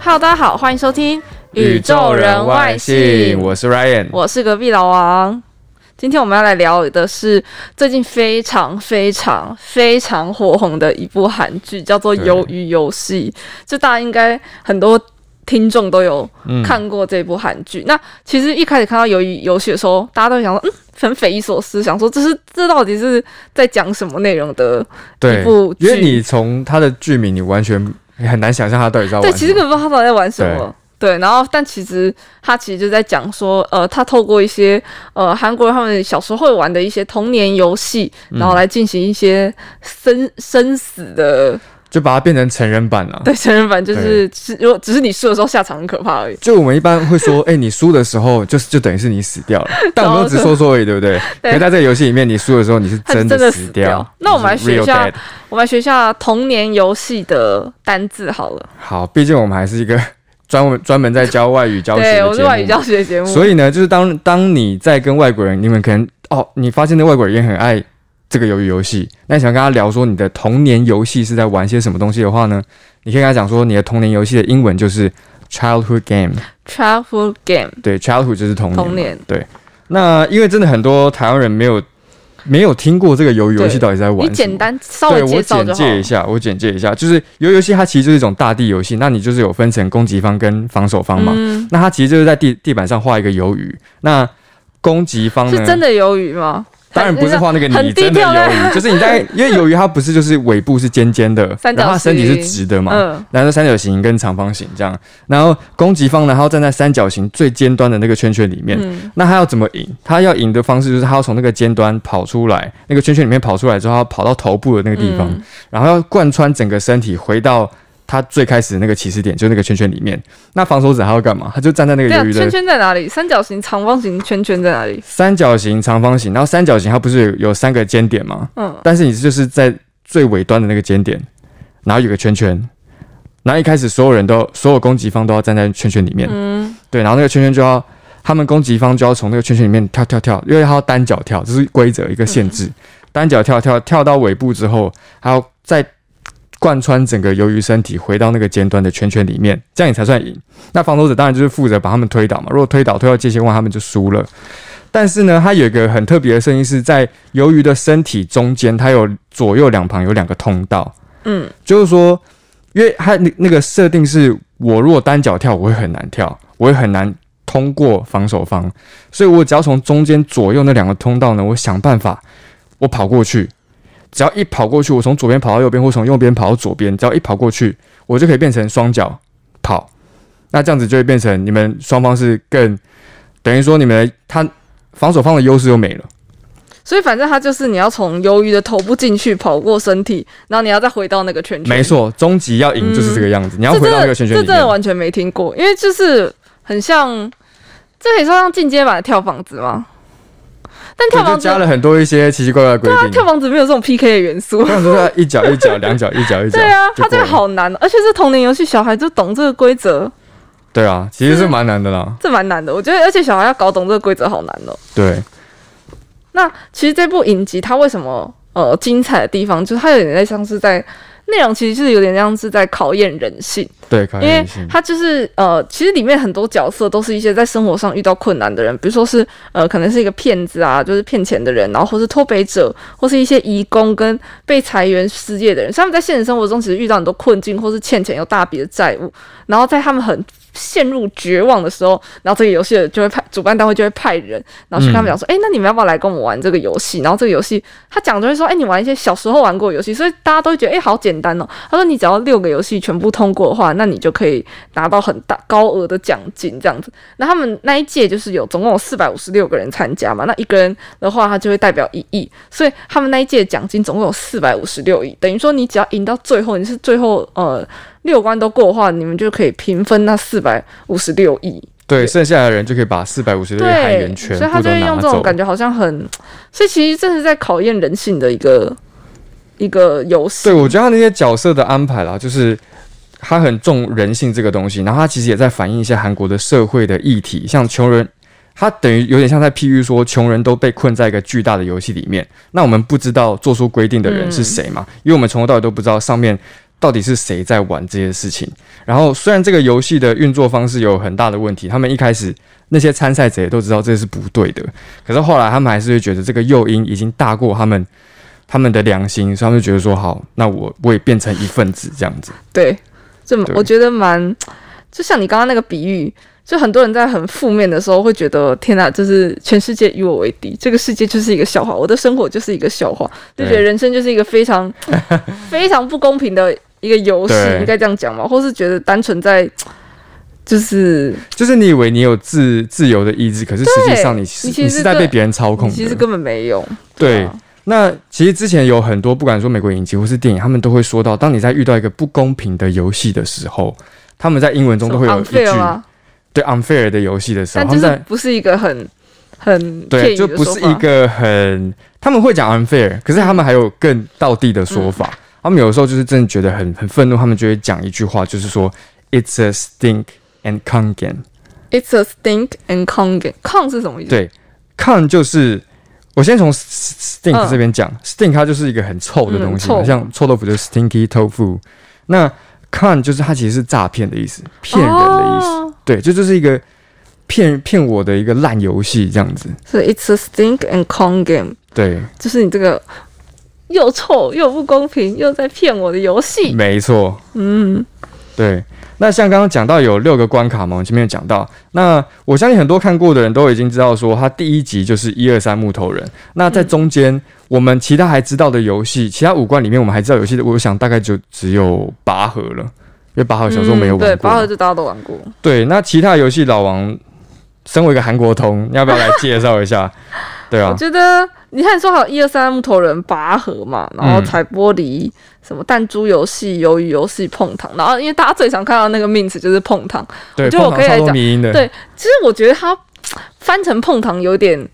Hello，大家好，欢迎收听《我是 Ryan。我是隔壁老王。今天我们要来聊的是最近非常非常非常火红的一部韩剧，叫做《对鱿鱼游戏》。这大家应该很多听众都有嗯看过这部韩剧。那其实一开始看到《鱿鱼游戏》的时候，大家都会想说，嗯，很匪夷所思，想说这是这到底是在讲什么内容的？对一部，剧因为你从它的剧名，你完全你很难想象它到底在玩什对，么。其实根本不知道他到底在玩什么。对，然后但其实他其实就在讲说，呃，他透过一些呃韩国人他们小时候会玩的一些童年游戏，嗯然后来进行一些生生死的 就把它变成成人版了、对成人版，就是只如果只是你输的时候下场很可怕而已。就我们一般会说，哎、你输的时候就是就等于是你死 掉了，但我们都只说说而已，对不对？可对是在这个游戏里面，你输的时候你是它是真真的死死掉那我们来你是学一 real 下 dead 我们来学一下童年游戏的单字好了。好，毕竟我们还是一个专门专门在教外语教学的对，节目，我是外语教学节目，所以呢，就是当当你在跟外国人，你们可能哦，你发现那外国人也很爱这个鱿鱼游戏，那你想跟他聊说你的童年游戏是在玩些什么东西的话呢，你可以跟他讲说你的童年游戏的英文就是 childhood game， childhood game 对，childhood 就是童年嘛。童年。那因为真的很多台湾人没有没有听过这个鱿鱼游戏对到底在玩你什么，简单稍微对我介绍简就好。介一下，我简介一下，就是游游戏它其实就是一种大地游戏，那你就是有分成攻击方跟防守方嘛。嗯，那它其实就是在地地板上画一个鱿鱼，那攻击方呢是真的鱿鱼吗？当然不是画那个很你低真的调鱿鱼，就是 你在因为鱿鱼它不是就是尾部是尖尖 的，三角形然后它身体是直的嘛，嗯，然后三角形跟长方形这样，然后攻击方呢，它要站在三角形最尖端的那个圈圈里面。嗯那它要怎么赢？它要赢的方式就是它要从那个尖端跑出来，那个圈圈里面跑出来之后，它要跑到头部的那个地方，嗯然后要贯穿整个身体回到它最开始的那个起始点，就是那个圈圈里面。那防守者他要干嘛？他就站在那个对啊鱿，鱼的圈圈在哪里？三角形、长方形，圈圈在哪里？三角形、长方形，然后三角形它不是有有三个尖点吗？嗯，但是你就是在最尾端的那个尖点，然后有个圈圈，然后一开始所有人都所有攻击方都要站在圈圈里面，嗯，对，然后那个圈圈就要他们攻击方就要从那个圈圈里面跳跳跳，因为他要单脚跳，这是规则一个限制，单脚跳跳跳到尾部之后，还要再贯穿整个鱿鱼身体回到那个尖端的圈圈里面，这样你才算赢。那防守者当然就是负责把他们推倒嘛，如果推倒推到界限外，他们就输了。但是呢，它有一个很特别的声音，是在鱿鱼的身体中间，它有左右两旁有两个通道。嗯，就是说，因为它那那个设定是，我如果单脚跳，我会很难跳，我会很难通过防守方，所以我只要从中间左右那两个通道呢，我想办法，我跑过去。只要一跑过去，我从左边跑到右边，或从右边跑到左边，只要一跑过去，我就可以变成双脚跑。那这样子就会变成你们双方是更等于说你们的他防守方的优势又没了。所以反正它就是你要从鱿鱼的头部进去，跑过身体，然后你要再回到那个圈圈。没，错，终极要赢就是这个样子，你要这回真到那的个圈圈这里真的面。完全没听过，因为就是很像，这可以说像进阶版的跳房子吗？但跳对，就房加子，啊了很多一些奇奇怪怪的规定跳，房子没有这种 PK 的元素。像说他一脚一脚，两脚一脚一脚。对啊，就它这个过了。好难哦，而且是童年游戏，小孩就懂这个规则，对啊，其实是蛮难的啦。这蛮难的。我觉得，而且小孩要搞懂这个规则好难哦。对，那其实这部影集它为什么呃精彩的地方，就是它有点类像是在内容，其实就是有点像是在考验人性，对，考因验为女性。它就是呃，其实里面很多角色都是一些在生活上遇到困难的人，比如说是呃，可能是一个骗子啊，就是骗钱的人，然后或是脱北者，或是一些移工跟被裁员失业的人，所以他们在现实生活中其实遇到很多困境，或是欠钱有大笔的债务，然后在他们很。陷入绝望的时候，然后这个游戏的就会派主办单位就会派人，然后去跟他们讲说，哎、那你们要不要来跟我们玩这个游戏？然后这个游戏他讲就会说，哎、你玩一些小时候玩过的游戏，所以大家都会觉得，哎、好简单哦。他说你只要六个游戏全部通过的话，那你就可以拿到很大高额的奖金这样子。那他们那一届就是有总共有四百五十六个人参加嘛，那一个人的话，他就会代表一亿，所以他们那一届的奖金总共有四百五十六亿，等于说你只要赢到最后，你是最后呃六关都过的话，你们就可以平分那四百五十六亿。对，剩下的人就可以把四百五十六亿韩元全所以他部就都会拿用这种走。感觉好像很，所以其实这是在考验人性的一个一个游戏对，。我觉得他那些角色的安排啦，就是他很重人性这个东西，然后他其实也在反映一些韩国的社会的议题，像穷人，他等于有点像在譬喻说，穷人都被困在一个巨大的嗯游戏里面。那我们不知道做出规定的人是谁嘛，因为我们从头到尾都不知道上面到底是谁在玩这些事情。然后虽然这个游戏的运作方式有很大的问题，他们一开始那些参赛者也都知道这是不对的，可是后来他们还是会觉得这个诱因已经大过他们他们的良心，所以他们就觉得说好，那我我也变成一份子这样子。对，这么对我觉得蛮，就像你刚刚那个比喻，就很多人在很负面的时候会觉得天哪，就是全世界与我为敌，这个世界就是一个笑话，我的生活就是一个笑话，就对觉得人生就是一个非 常非常不公平的一个游戏对，应该这样讲嘛？或是觉得单纯在就是就是你以为你有自自由的意志，可是实际上你是你其你实是在被对别人操控你的。其实根本没有对啊那其实之前有很多，不管说美国影集或是电影，他们都会说到，当你在遇到一个不公平的游戏的时候，他们在英文中都会有一句 unfair 啊，对 unfair 的游戏的时候，但他就们是在不是一个很很对片就语的不说是一法。个很，他们会讲 unfair，可是他们还有更道地的说嗯法。他们有时候就是真的觉得很很愤怒，他们就会讲一句话，就是说 "It's a stink and con game"。 It's a stink and con game。con 是什么意思？对，con 就是我先从 stink 嗯这边讲、s t i n k 它就是一个很臭的东西嗯嘛，臭像臭豆腐就是 stinky tofu。那 con 就是它其实是诈骗的意思，骗人的意思。哦对，这就是一个骗骗我的一个烂游戏这样子。所以 it's a stink and con game，对，就是你这个又臭又不公平又在骗我的游戏。没错。嗯，对，那像刚刚讲到有六个关卡嘛，我们前面有讲到。那我相信很多看过的人都已经知道，说它第一集就是一二三木头人。那嗯在中间，我们其他还知道的游戏，其他五关里面我们还知道游戏的，我想大概就只有拔河了，因为拔河哦小时候没有嗯玩过。对，拔河就大家都玩过。对，那其他游戏老王，身为一个韩国通，你要不要来介绍一下？对我啊，觉得你看，说好一二三木头人拔河嘛，嗯然后踩玻璃，什么弹珠游戏、鱿鱼游戏、碰糖，然后因为大家最常看到那个名词就是碰糖。对，我觉得我碰可以糖超来多讲迷因的，对其实我觉得它翻成碰糖有点，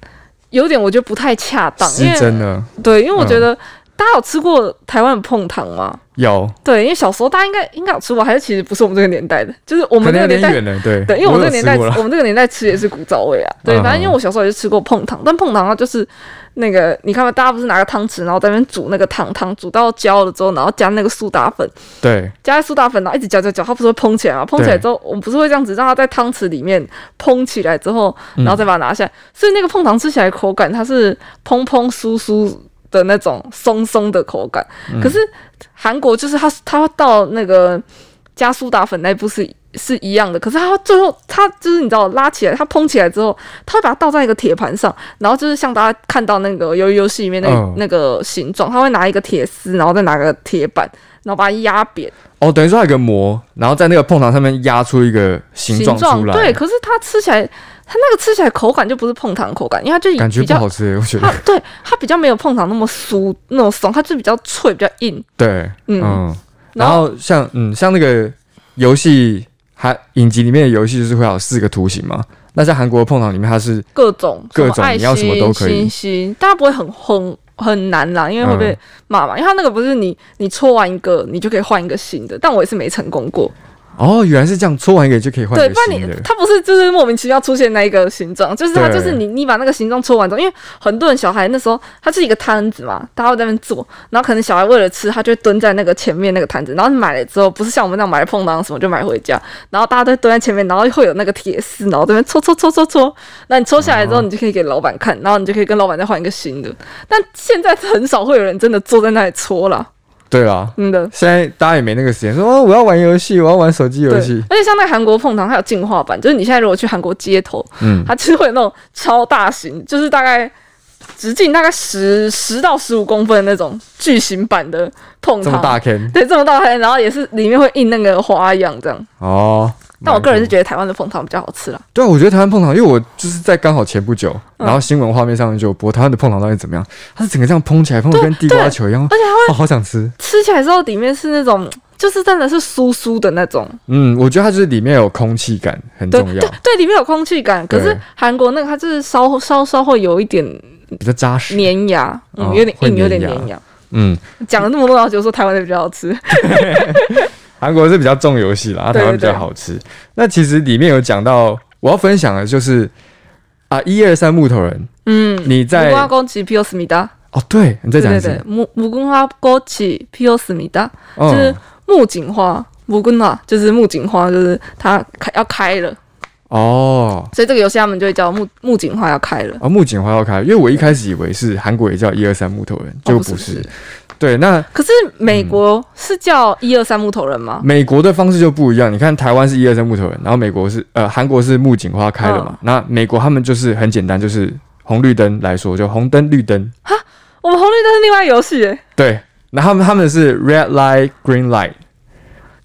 有点我觉得不太恰当，失因为真嗯了，对，因为我觉得、大家有吃过台湾的碰糖吗？有，对，因为小时候大家应该应该有吃过，还是其实不是我们这个年代的，就是我可们能那有个点年代远，了，对，对，因为我们这有个年吃代，过了我们这个年代吃也是古早味 啊。对，嗯反正因为我小时候也是吃过碰糖，但碰糖它啊就是那个，你看嘛，大家不是拿个汤匙，然后在那边煮那个糖，糖煮到焦了之后，然后加那个苏打粉，对，加苏打粉，然后一直搅搅搅，它不是会蓬起来吗？蓬起来之后，我们不是会这样子让它在汤匙里面蓬起来之后，然后再把它拿下来，所以那个碰糖吃起来口感它是蓬蓬酥酥的那种松松的口感。可是韩国就是它它到那个加苏打粉那一步是。是一样的，可是它最后它就是你知道拉起来，它蓬起来之后，它会把它倒在一个铁盘上，然后就是像大家看到那个鱿鱼游戏里面那个、嗯那个形状，它会拿一个铁丝，然后再拿个铁板，然后把它压扁，哦，等于说它有个膜，然后在那个碰糖上面压出一个形状出来，对，，可是它吃起来，它那个吃起来口感就不是碰糖口感，因为它就感觉比不较好吃，我觉它得。对它比较没有碰糖那么酥那种松，它就是比较脆比较硬。对，嗯嗯，然然后后像嗯像那个游戏，还影集里面的游戏就是会有四个图形嘛。那在韩国的碰糖里面，它是各种各什么种爱你要什么心都可以嗯星星，大家不会很很很难啦，因为会被骂嘛。因为它那个不是你你戳完一个，你就可以换一个新的，但我也是没成功过。哦，原来是这样，搓完一个就可以换对，一不个然你新的。它不是就是莫名其妙出现那一个形状，就是它对就是你你把那个形状戳完之后，因为很多人小孩那时候他是一个摊子嘛，大家会在那边做，然后可能小孩为了吃，他就会蹲在那个前面那个摊子，然后你买了之后不是像我们那样买了碰糖什么就买回家，然后大家都会蹲在前面，然后会有那个铁丝，然后这边戳戳戳戳戳，那你戳下来之后，嗯你就可以给老板看，然后你就可以跟老板再换一个新的。但现在很少会有人真的坐在那里戳了，对啦，真的。现在大家也没那个时间说哦，我要玩游戏，我要玩手机对游戏，。而且像那个韩国碰糖，它有进化版，就是你现在如果去韩国街头，嗯，它就是会有那种超大型，就是大概直径大概十十到十五公分的那种巨型版的碰这么糖，大坑对，这么大还然后也是里面会印那个花样这样。哦。但我个人是蛮酷觉得台湾的碰糖比较好吃啦，对啊，我觉得台湾碰糖，因为我就是在刚好前不久，嗯然后新闻画面上面就有播台湾的碰糖到底怎么样，它是整个这样蓬起来，蓬的跟地瓜球一样，而且它会哦，好想吃。吃起来之后里面是那种。就是真的是酥酥的那种，嗯，我觉得它就是里面有空气感，很对重对要，对，里面有空气感。可是对韩国那个它就是稍稍稍会有一点比较扎实。粘牙，嗯哦，有点会硬，有粘点牙粘牙。嗯，讲了那么多，然后就说台湾的比较好吃。韩国是比较重游戏啦，啊对台湾比较好吃。那其实里面有讲到，我要分享的就是啊，一二三木头人，嗯，你在木瓜公鸡皮奥斯米达。哦，对，你再讲一对对次对，，木木瓜枸杞피었습니다，就嗯是木槿花，木根啊，就是木槿花，就是它开要开了，哦，所以这个游戏他们就会叫木木槿花要开了。啊，木槿花要开，因为我一开始以为是韩国也叫一二三木头人，结果哦不是不不是是。对，那可是美国是叫一二三木头人吗？美国的方式就不一样。你看，台湾是一二三木头人，然后美国是呃韩国是木槿花开了嗯嘛。那美国他们就是很简单，就是红绿灯来说，就红灯绿灯。我们红绿灯是另外一个游戏耶，对，那他们他们是 red light green light。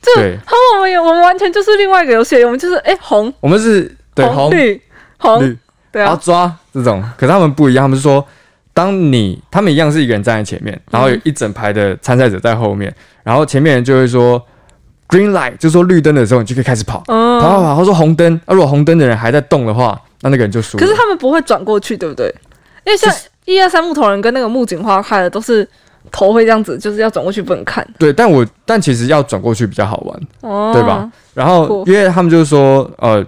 这对，然后我们也我们完全就是另外一个游戏，我们就是哎、红我们是对红绿红绿，对然后啊，抓这种。可是他们不一样，他们是说，当你他们一样是一个人站在前面，然后有一整排的参赛者在后面，然后前面人就会说 green light，就说绿灯的时候，你就可以开始跑。跑跑嗯，跑，他说红灯，啊，如果红灯的人还在动的话，那那个人就输了。可是他们不会转过去，对不对？因为像一二三木头人跟那个木槿花开的都是头会这样子，就是要转过去不能看，对，但我但其实要转过去比较好玩，哦，对吧？？然后酷因为他们就是说，呃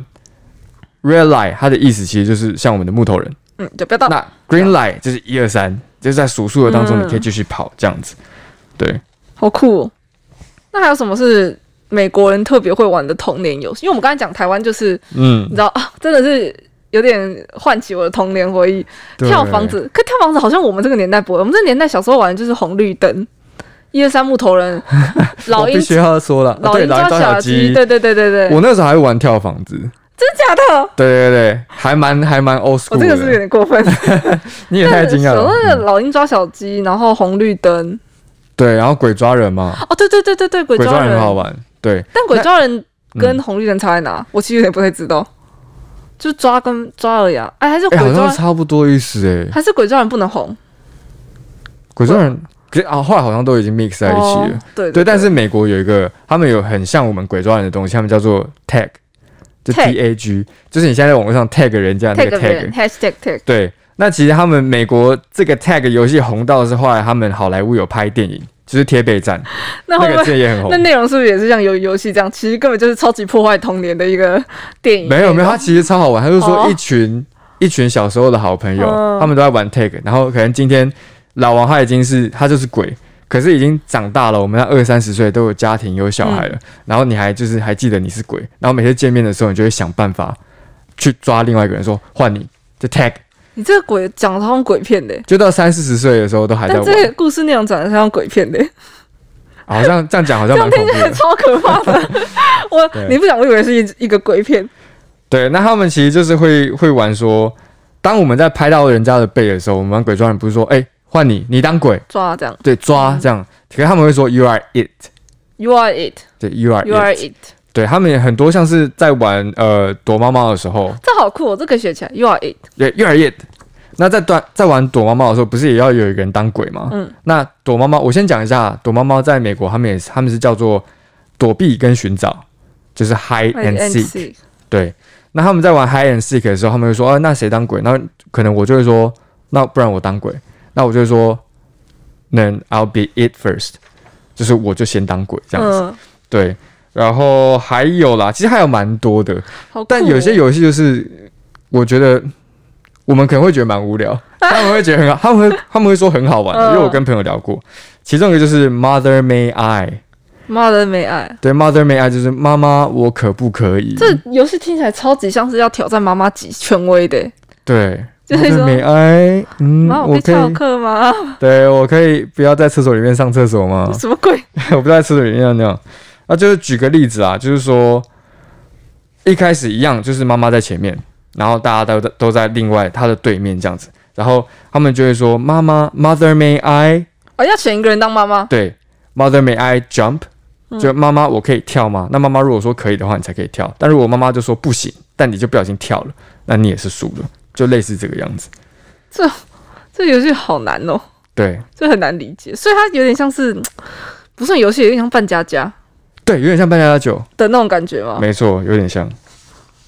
，red light 它的意思其实就是像我们的木头人，嗯，就不要到那 green light 就是一二三，就是在数数的当中嗯你可以继续跑这样子。对，好酷、哦！那还有什么是美国人特别会玩的童年游戏？因为我们刚才讲台湾，就是嗯你，知道啊，真的是有点唤起我的童年回忆。对跳房，子，可跳房子好像我们这个年代不会，我们这个年代小时候玩的就是红绿灯、一二三木头 人、我老鹰必、须要说了，啊老对，鹰老鹰抓抓小鸡，鸡。对对对对对，我那时候还会玩跳房子，真假的？对对对，还蛮还蛮 old 我 school 这个是有的。点过分， 你也太惊 讶了手。那嗯个老鹰抓小鸡，然后红绿灯，对，然后鬼抓人嘛，哦，对对对对对，鬼鬼抓抓人人很好玩。对，但鬼抓人那嗯跟红绿灯差在哪？我其实有点不太知道，就抓跟抓而已啊。哎，还是哎、鬼好抓，像差不多意思哎、还是鬼抓人不能红鬼抓人可是啊，后来好像都已经 mix 在一起了。哦对对，但是美国有一个，他们有很像我们鬼抓人的东西，他们叫做 tag，就 Tag T A G，就是你现在在网络上 tag 人家的那 tag 个人 tag。 hashtag tag 对，那其实他们美国这个 tag 游戏红到是后来他们好莱坞有拍电影，就是《贴背战》，那那会不个会？这也很那红。内容是不是也是像游游戏这样？其实根本就是超级破坏童年的一个电影。没有没有，他其实超好玩，他就说哦一群、一群小时候的好朋友，嗯他们都在玩 tag，然后可能今天老王他已经是他就是鬼，可是已经长大了，我们那二三十岁都有家庭有小嗯孩了，然后你还就是还记得你是鬼，然后每次见面的时候，你就会想办法去抓另外一个人说换你。就 tag，你这个鬼讲的像鬼片的欸，就到三四十岁的时候都还在但玩，这个故事内容讲的像鬼片的欸，好像这样讲好像这蛮样听恐怖起来的。超可怕 的。我对你不讲，我以为是一一个鬼片。对，那他们其实就是会会玩说，当我们在拍到人家的背的时候，我们玩鬼抓人不是说，哎、换你，你当鬼，抓这样对，抓这样。可是他们会说 “you are it”， ，You are it, 对，“you are You are it”， it，对他们也很多像是在玩呃躲猫猫的时候，这好酷哦，这可以学起来。You are it，对，“you are it”。那在短在玩躲猫猫的时候，不是也要有一个人当鬼吗？嗯，那躲猫猫，我先讲一下，躲猫猫在美国他们也是他们是叫做躲避跟寻找，就是 hide and seek。 seek，对，那他们在玩 hide and seek 的时候，他们会说，哦、那谁当鬼？那可能我就会说，那不然我当鬼。那我就会说，Then I'll be it first，就是我就先当鬼这样子。嗯，对，然后还有啦，其实还有蛮多的，好酷哦。但有些游戏就是我觉得我们可能会觉得蛮 无聊，他们会觉得很好，他们会他们会说很好玩，嗯因为我跟朋友聊过，其中一个就是 Mother May I，妈的没爱，对 Mother May I 就是妈妈我可不可以？这游戏听起来超级像是要挑战妈妈级权威的欸。对。就是 Mother 说 May I，嗯，妈，我可我以可翘以，课吗？对我可以不要在厕所里面上厕所吗？ 什么鬼？ 我不在厕所里面尿尿。那就是举个例子啊，就是说一开始一样，就是妈妈在前面，然后大家都在都在另外她的对面这样子，然后他们就会说妈妈，Mother may I，哦，要选一个人当妈妈，对，Mother may I jump，就妈妈我可以跳吗？那妈妈如果说可以的话，你才可以跳，但如果妈妈就说不行，但你就不小心跳了，那你也是输了，就类似这个样子。这游戏好难哦，对这很难理解，所以它有点像是，不算游戏，有点像扮家家对，有点像扮家家酒，的那种感觉嘛。没错，有点像。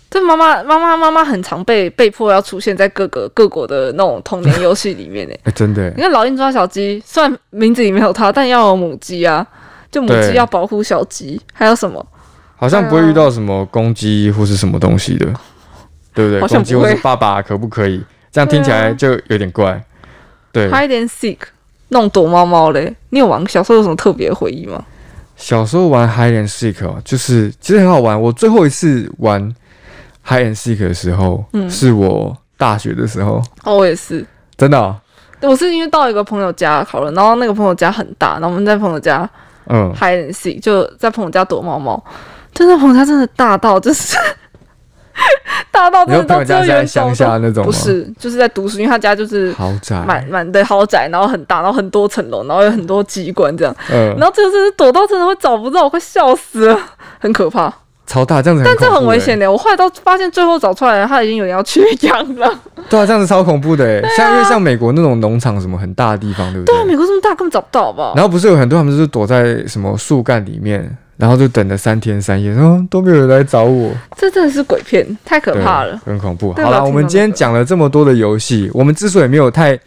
但妈妈妈妈妈妈很常被被迫要出现在各个各国的那种童年游戏里面诶。哎、真的耶，你看老鹰抓小鸡，虽然名字里没有它，但要有母鸡啊，就母对鸡要保护小鸡，还有什么？好像不会遇到什么攻击或是什么东西的，对不对？好像攻击不或会是爸爸可不可以？这样听起来就有点怪。对， Hide and seek，弄躲猫猫嘞。你有玩小时候有什么特别的回忆吗？小时候玩 High and Seek 哦，就是其实很好玩。我最后一次玩 High and Seek 的时候，嗯是我大学的时候，哦，我也是，真的哦、我是因为到一个朋友家烤肉，然后那个朋友家很大，然后我们在朋友家嗯， hide and seek，就在朋友家躲猫猫。真的，朋友家真的大到就是 大到你真说的到朋友只家有是人在乡找下到那种不吗？是，就是在读书，因为他家就是豪宅，满满的豪宅，然后很大，然后很多层楼，然后有很多机关这样，嗯，然后就是躲到真的会找不到，我快笑死了，很可怕。超大，这样子很但这恐很怖危欸险的，我后来到发现最后找出来了，他已经有人要缺氧了。对啊，这样子超恐怖的欸、像因为像美国那种农场什么很大的地方，对不对？啊对啊，美国这么大，根本找不到，好不好？然后不是有很多他们就是躲在什么树干里面，然后就等了三天三夜，然后都没有人来找我，这真的是鬼片，太可对怕了。很恐怖。对好我有了，听到我们今天那个讲了这么多的游戏，我们之所以没有太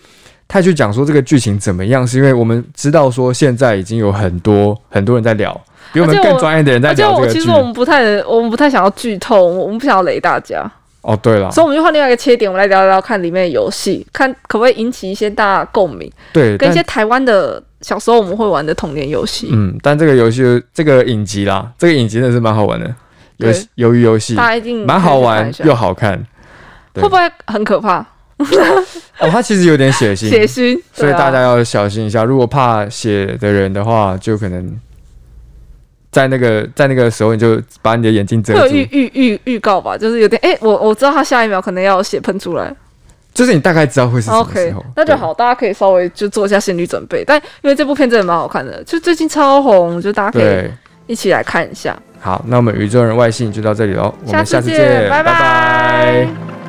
太去讲说这个剧情怎么样，是因为我们知道说现在已经有很多很多人在聊，比我们而且我更专业的人在而且聊我这个其剧实。我们不太能，我们不太想要剧透，我们不想要雷大家，哦，对了，所以我们就换另外一个切点，我们来聊聊看里面的游戏，看可不可以引起一些大家共鸣，对，跟一但些台湾的小时候我们会玩的童年游戏，嗯，但这个游戏这个影集啦，这个影集真的是蛮好玩的，游对戏鱿鱼游戏大家一定蛮好可玩以去看一又下好看。对啊会不会很可怕？哦，它其实有点血 血腥，腥，所对以啊大家要小心一下。如果怕血的人的话，就可能在那个在那个时候，你就把你的眼睛遮会有住，预预预预告吧，就是有点哎、我我知道他下一秒可能要有血喷出来就是你大概知道会是什么时，OK，候。那就好，大家可以稍微就做一下心理准备。但因为这部片真的蛮好看的，就最近超红，就大家对。可以对，一起来看一下。好，那我们宇宙人外星就到这里喽，我下们下次次见见，拜拜拜拜